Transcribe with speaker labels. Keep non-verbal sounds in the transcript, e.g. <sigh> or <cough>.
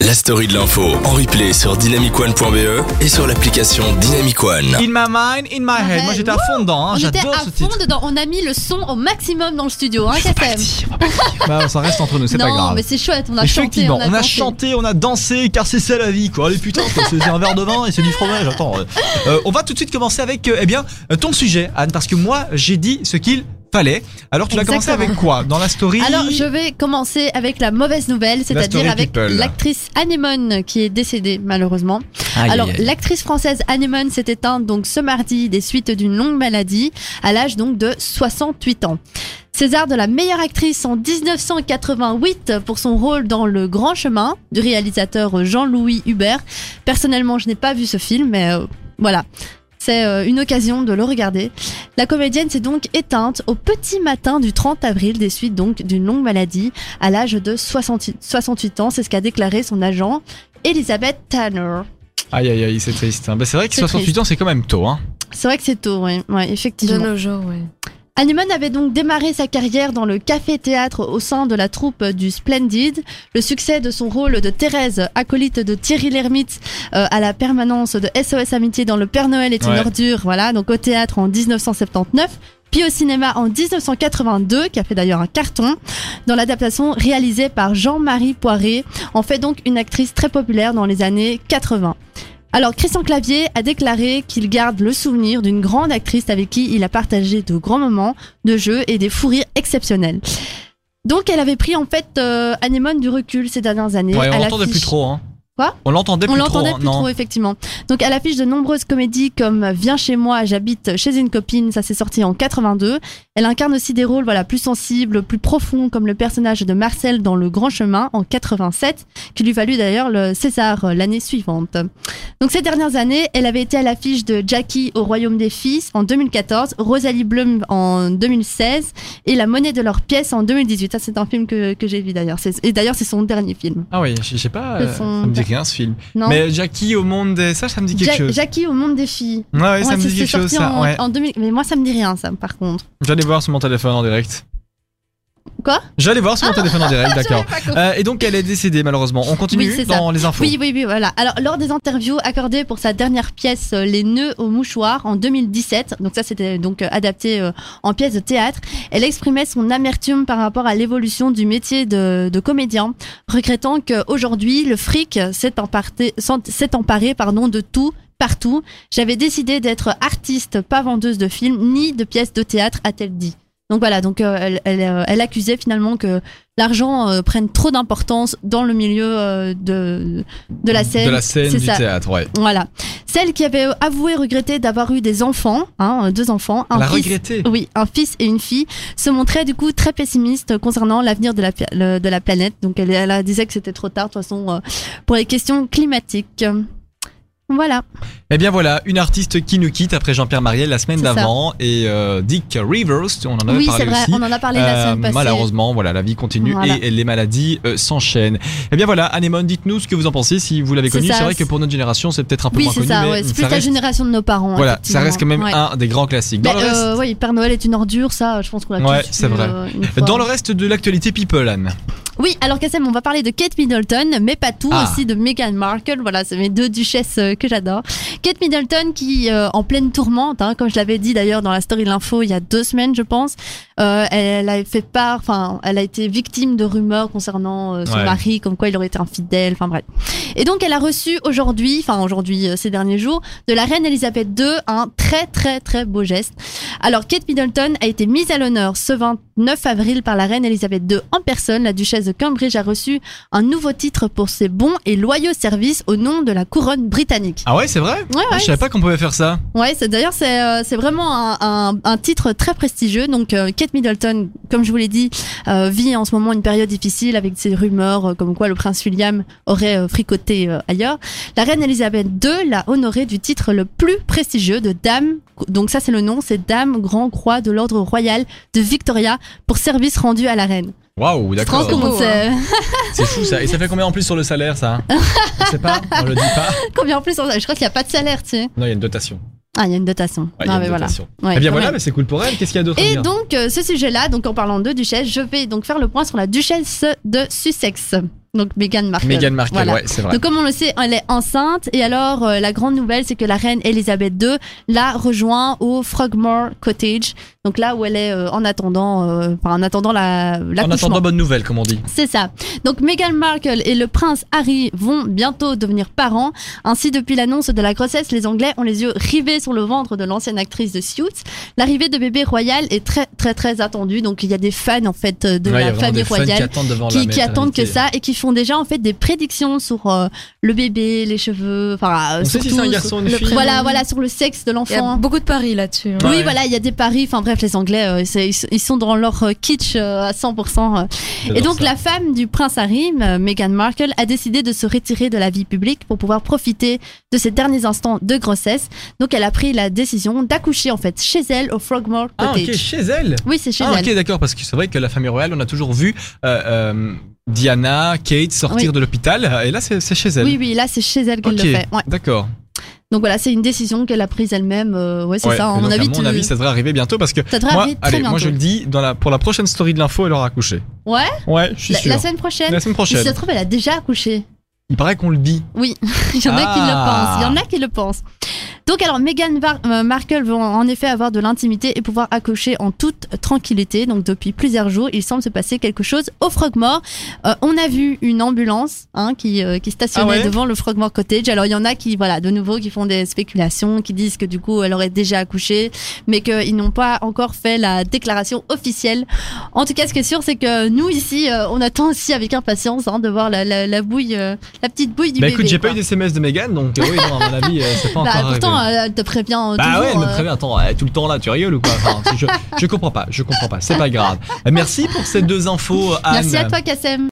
Speaker 1: la story de l'info en replay sur dynamicone.be E et sur l'application Dynamicone.
Speaker 2: In my mind, in my head. Moi j'étais à fond dedans, hein.
Speaker 3: On était
Speaker 2: j'adore
Speaker 3: à
Speaker 2: ce
Speaker 3: fond
Speaker 2: titre.
Speaker 3: dedans, on a mis le son au maximum dans le studio, hein, KFM.
Speaker 2: Bah, ça reste entre nous, c'est
Speaker 3: Non,
Speaker 2: pas grave.
Speaker 3: mais c'est chouette, on a chanté,
Speaker 2: Effectivement,
Speaker 3: on a, dansé.
Speaker 2: chanté, on a dansé, car c'est ça la vie, quoi. Allez putain, Oh, quoi, c'est un verre de vin et c'est du fromage. Attends, euh, euh, on va tout de suite commencer avec, euh, eh bien, euh, ton sujet, Anne, parce que moi, j'ai dit ce qu'il fallait. Alors, tu l'as commencé
Speaker 3: Exactement.
Speaker 2: avec quoi Dans la story
Speaker 3: Alors, je vais commencer avec la mauvaise nouvelle,
Speaker 2: story
Speaker 3: c'est-à-dire avec
Speaker 2: people.
Speaker 3: l'actrice Anemone qui est décédée malheureusement.
Speaker 2: Aïe,
Speaker 3: Alors,
Speaker 2: aïe, aïe.
Speaker 3: l'actrice française Anemone s'est éteinte donc ce mardi des suites d'une longue maladie à l'âge donc de 68 ans. César de la meilleure actrice en 1988 pour son rôle dans Le Grand Chemin du réalisateur Jean-Louis Hubert. Personnellement, je n'ai pas vu ce film, mais euh, voilà. C'est euh, une occasion de le regarder. La comédienne s'est donc éteinte au petit matin du 30 avril des suites donc d'une longue maladie à l'âge de 68 68 ans. C'est ce qu'a déclaré son agent Elizabeth Tanner.
Speaker 2: Aïe, aïe, aïe, c'est triste. hein. Bah, c'est vrai que
Speaker 3: C'est
Speaker 2: 68
Speaker 3: triste.
Speaker 2: ans, c'est quand même tôt. Hein.
Speaker 3: C'est vrai que c'est tôt, oui, ouais,
Speaker 4: De
Speaker 3: effectivement.
Speaker 4: nos jours, ouais.
Speaker 3: Anemone avait donc démarré sa carrière dans le café-théâtre au sein de la troupe du Splendid. Le succès de son rôle de Thérèse, acolyte de Thierry Lhermitte euh, à la permanence de SOS Amitié dans Le Père Noël est une
Speaker 2: Ouais.
Speaker 3: ordure, voilà, donc au théâtre en 1979. Puis au cinéma en 1982, qui a fait d'ailleurs un carton, dans l'adaptation réalisée par Jean-Marie Poiré, en fait donc une actrice très populaire dans les années 80. Alors, Christian Clavier a déclaré qu'il garde le souvenir d'une grande actrice avec qui il a partagé de grands moments de jeu et des fous rires exceptionnels. Donc, elle avait pris en fait euh, Anémone du recul ces dernières années.
Speaker 2: Ouais, on
Speaker 3: Elle
Speaker 2: l'entendait plus
Speaker 3: affiche-
Speaker 2: trop. Hein.
Speaker 3: Quoi
Speaker 2: On l'entendait
Speaker 3: on
Speaker 2: plus trop.
Speaker 3: l'entendait
Speaker 2: hein.
Speaker 3: plus
Speaker 2: non.
Speaker 3: trop, effectivement. Donc, elle affiche de nombreuses comédies comme Viens chez moi, j'habite chez une copine, ça s'est sorti en 82. Elle incarne aussi des rôles voilà, plus sensibles, plus profonds, comme le personnage de Marcel dans Le Grand Chemin en 87, qui lui valut d'ailleurs le César euh, l'année suivante. Donc, ces dernières années, elle avait été à l'affiche de Jackie au Royaume des Fils en 2014, Rosalie Blum en 2016 et La Monnaie de leur pièce en 2018. Ça, c'est un film que, que j'ai vu d'ailleurs. C'est- Et d'ailleurs, c'est son dernier film.
Speaker 2: Ah oui, je je sais pas.
Speaker 3: Le
Speaker 2: euh,
Speaker 3: son-
Speaker 2: Ça me dit rien ce film.
Speaker 3: Non
Speaker 2: Mais Jackie au monde des. Ça, ça me dit quelque
Speaker 3: Ja-
Speaker 2: chose.
Speaker 3: Jackie au monde des filles.
Speaker 2: Ouais, Ah ouais, ça
Speaker 3: Ouais,
Speaker 2: me
Speaker 3: c'est-
Speaker 2: dit quelque
Speaker 3: c'est
Speaker 2: chose,
Speaker 3: sorti
Speaker 2: ça.
Speaker 3: En,
Speaker 2: Ouais.
Speaker 3: en 2000 Mais moi, ça me dit rien, ça, par contre.
Speaker 2: J'allais voir sur mon téléphone en direct.
Speaker 3: Quoi
Speaker 2: J'allais voir sur mon téléphone en
Speaker 3: <laughs>
Speaker 2: direct, d'accord.
Speaker 3: J'avais pas compris.
Speaker 2: Euh, et donc elle est décédée malheureusement. On continue
Speaker 3: Oui, c'est ça.
Speaker 2: dans les infos.
Speaker 3: Oui, oui, oui, voilà. Alors, lors des interviews accordées pour sa dernière pièce, euh, Les nœuds au mouchoir, en 2017, donc ça, c'était donc euh, adapté euh, en pièce de théâtre, elle exprimait son amertume par rapport à l'évolution du métier de, de comédien, regrettant qu'aujourd'hui, le fric s'est emparté- s'en- s'est emparé pardon, de tout, partout. J'avais décidé d'être artiste, pas vendeuse de films, ni de pièces de théâtre, a-t-elle dit. Donc voilà, donc euh, elle, elle, euh, elle accusait finalement que l'argent euh, prenne trop d'importance dans le milieu euh, de, de la scène.
Speaker 2: de la scène
Speaker 3: c'est
Speaker 2: du
Speaker 3: ça.
Speaker 2: théâtre, ouais.
Speaker 3: Voilà. Celle qui avait avoué regretter d'avoir eu des enfants, hein, euh, deux enfants, un
Speaker 2: la
Speaker 3: fils
Speaker 2: regretter.
Speaker 3: oui, un fils et une fille, se montrait du coup très pessimiste concernant l'avenir de la, pla- le- de la planète. Donc elle, elle disait que c'était trop tard, de toute façon, euh, pour les questions climatiques. Voilà.
Speaker 2: Eh bien voilà, une artiste qui nous quitte après Jean-Pierre Mariel la semaine
Speaker 3: C'est ça.
Speaker 2: d'avant et euh, Dick Rivers, on en avait
Speaker 3: oui,
Speaker 2: parlé
Speaker 3: c'est vrai,
Speaker 2: aussi.
Speaker 3: on en a parlé la
Speaker 2: Euh,
Speaker 3: semaine passée.
Speaker 2: malheureusement, voilà, la vie continue
Speaker 3: Voilà.
Speaker 2: et, et les maladies euh, s'enchaînent. Eh bien voilà, Anémone, dites-nous ce que vous en pensez si vous l'avez
Speaker 3: C'est
Speaker 2: connu.
Speaker 3: ça,
Speaker 2: C'est vrai
Speaker 3: c'est-
Speaker 2: que pour notre génération, c'est peut-être un peu
Speaker 3: Oui,
Speaker 2: moins
Speaker 3: c'est
Speaker 2: connu,
Speaker 3: ça,
Speaker 2: mais
Speaker 3: ouais. c'est plus
Speaker 2: ça
Speaker 3: la
Speaker 2: reste,
Speaker 3: génération de nos parents.
Speaker 2: voilà, ça reste quand même
Speaker 3: effectivement. Ouais.
Speaker 2: un des grands classiques. Dans
Speaker 3: Mais,
Speaker 2: le reste,
Speaker 3: euh, oui, Père Noël est une ordure, ça, je pense qu'on l'a
Speaker 2: Ouais,
Speaker 3: tous
Speaker 2: c'est
Speaker 3: vu,
Speaker 2: vrai.
Speaker 3: euh, une fois.
Speaker 2: dans le reste de l'actualité People, Anne.
Speaker 3: Oui, alors Kassem, on va parler de Kate Middleton, mais pas tout,
Speaker 2: Ah.
Speaker 3: aussi de Meghan Markle. Voilà, c'est mes deux duchesses euh, que j'adore. Kate Middleton qui, euh, en pleine tourmente, hein, comme je l'avais dit d'ailleurs dans la story de l'info il y a deux semaines, je pense, euh, elle a fait part, enfin, elle a été victime de rumeurs concernant euh, son
Speaker 2: Ouais.
Speaker 3: mari, comme quoi il aurait été infidèle, enfin bref. Et donc, elle a reçu aujourd'hui, enfin aujourd'hui, euh, ces derniers jours, de la reine Elisabeth II, un très très très beau geste. Alors, Kate Middleton a été mise à l'honneur ce 29 avril par la reine Elisabeth II en personne. La duchesse de Cambridge a reçu un nouveau titre pour ses bons et loyaux services au nom de la couronne britannique.
Speaker 2: Ah ouais, c'est vrai
Speaker 3: Ouais,
Speaker 2: Ah, Je savais pas qu'on pouvait faire ça.
Speaker 3: ouais, ouais. c'est- D'ailleurs, c'est euh, c'est vraiment un, un- un titre très prestigieux. Donc, euh, Kate Middleton, comme je vous l'ai dit, euh, vit en ce moment une période difficile avec ces rumeurs euh, comme quoi le prince William aurait euh, fricoté euh, ailleurs. La reine Elisabeth II l'a honorée du titre le plus prestigieux de dame. Donc ça c'est le nom, c'est dame grand croix de l'ordre royal de Victoria pour service rendu à la reine.
Speaker 2: Oh. Waouh,
Speaker 3: Tu te
Speaker 2: d'accord.
Speaker 3: rends
Speaker 4: C'est
Speaker 3: compte,
Speaker 4: beau,
Speaker 3: c'est-
Speaker 2: hein. C'est fou ça. Et ça fait combien en plus sur le salaire ça Je sais pas, on le dit pas.
Speaker 3: <laughs> combien en plus on- Je crois qu'il n'y a pas de salaire, tu sais.
Speaker 2: Non, il y a une dotation.
Speaker 3: Ah, il y a une dotation.
Speaker 2: Ouais, il y a
Speaker 3: Ah,
Speaker 2: une
Speaker 3: mais voilà.
Speaker 2: dotation.
Speaker 3: Ouais,
Speaker 2: eh bien
Speaker 3: quand
Speaker 2: voilà,
Speaker 3: même.
Speaker 2: mais c'est cool pour elle. Qu'est-ce qu'il y a d'autre à
Speaker 3: Et
Speaker 2: dire
Speaker 3: donc, euh, ce sujet-là, donc en parlant de duchesse, je vais donc faire le point sur la duchesse de Sussex. donc Meghan Markle.
Speaker 2: Meghan Markle,
Speaker 3: Voilà.
Speaker 2: ouais, c'est vrai.
Speaker 3: Donc comme on le sait, elle est enceinte et alors euh, la grande nouvelle c'est que la reine Elisabeth II la rejoint au Frogmore Cottage, donc là où elle est euh, en attendant, euh, enfin, en attendant la
Speaker 2: en
Speaker 3: l'accouchement.
Speaker 2: attendant bonne nouvelle, comme on dit.
Speaker 3: C'est ça. Donc Meghan Markle et le prince Harry vont bientôt devenir parents. Ainsi, depuis l'annonce de la grossesse, les Anglais ont les yeux rivés sur le ventre de l'ancienne actrice de Suits. L'arrivée de bébé royal est très très très attendue. Donc il y a des fans en fait de
Speaker 2: Ouais, il y a
Speaker 3: la
Speaker 2: vraiment
Speaker 3: famille
Speaker 2: des fans qui
Speaker 3: royale
Speaker 2: attendent devant la
Speaker 3: qui, qui attendent que
Speaker 2: maternité.
Speaker 3: ça et qui font déjà en fait des prédictions sur euh, le bébé, les cheveux, enfin euh,
Speaker 2: On sait si
Speaker 3: surtout
Speaker 2: c'est un
Speaker 3: sur-
Speaker 2: garçon ou une
Speaker 5: le
Speaker 2: fille.
Speaker 3: voilà voilà sur le sexe de
Speaker 5: Il y a
Speaker 3: l'enfant.
Speaker 5: beaucoup de paris là-dessus. hein.
Speaker 2: Ouais.
Speaker 3: Oui, voilà, il y a des paris. Enfin bref, les Anglais, euh, c'est- ils, ils sont dans leur euh, kitsch euh, à 100%. euh. Et donc, la femme du prince Harry, euh, Meghan Markle, a décidé de se retirer de la vie publique pour pouvoir profiter de ses derniers instants de grossesse. Donc, elle a pris la décision d'accoucher en fait chez elle au Frogmore
Speaker 2: Ah,
Speaker 3: Cottage.
Speaker 2: ok, chez elle.
Speaker 3: Oui, c'est chez
Speaker 2: Ah,
Speaker 3: elle.
Speaker 2: ok, d'accord, parce que c'est vrai que la famille royale, on a toujours vu euh, euh, Diana, Kate sortir de l'hôpital, et là, c'est c'est chez elle.
Speaker 3: Oui, oui, là, c'est chez elle qu'elle
Speaker 2: Ok,
Speaker 3: le fait. Ouais.
Speaker 2: D'accord.
Speaker 3: Donc voilà, c'est une décision qu'elle a prise elle-même. euh, ouais, c'est
Speaker 2: Ouais,
Speaker 3: ça.
Speaker 2: et
Speaker 3: À mon
Speaker 2: donc,
Speaker 3: avis,
Speaker 2: à mon
Speaker 3: tu-
Speaker 2: avis, ça devrait arriver bientôt parce que
Speaker 3: ça devrait
Speaker 2: moi,
Speaker 3: arriver très
Speaker 2: allez,
Speaker 3: bientôt.
Speaker 2: moi je le dis dans la, pour la prochaine story de l'info, elle aura accouché.
Speaker 3: Ouais
Speaker 2: Ouais, je suis
Speaker 3: la,
Speaker 2: sûr.
Speaker 3: la semaine prochaine.
Speaker 2: La semaine
Speaker 3: Si ça
Speaker 2: prochaine.
Speaker 3: se trouve, elle a déjà accouché.
Speaker 2: Il paraît qu'on le dit.
Speaker 3: Oui, <laughs> il y en a qui le
Speaker 2: Ah.
Speaker 3: pensent. Il y en a qui le pensent. Donc alors, Meghan Var- euh, Markle veut en en effet avoir de l'intimité et pouvoir accoucher en toute tranquillité. Donc depuis plusieurs jours, il semble se passer quelque chose au Frogmore. Euh, on a vu une ambulance hein, qui, euh, qui stationnait
Speaker 2: Ah ouais
Speaker 3: devant le Frogmore Cottage. Alors il y en a qui, voilà, de nouveau, qui font des spéculations, qui disent que du coup, elle aurait déjà accouché, mais qu'ils n'ont pas encore fait la déclaration officielle. En tout cas, ce qui est sûr, c'est que nous ici, euh, on attend aussi avec impatience hein, de voir la, la, la bouille, euh, la petite bouille du
Speaker 2: bah
Speaker 3: bébé.
Speaker 2: écoute, j'ai pas
Speaker 3: quoi.
Speaker 2: eu des SMS de Megan, donc euh, oui, non, à mon avis, euh, c'est pas
Speaker 3: Bah,
Speaker 2: encore
Speaker 3: pourtant,
Speaker 2: arrivé.
Speaker 3: euh, elle te prévient euh,
Speaker 2: Bah ouais,
Speaker 3: toujours.
Speaker 2: mais
Speaker 3: euh,
Speaker 2: très bien, attends, euh, tout le temps là, tu rigoles ou quoi Enfin, je, je comprends pas, je comprends pas, c'est pas grave. Euh, Merci pour ces deux infos, Anne.
Speaker 3: Merci à toi, Kassem.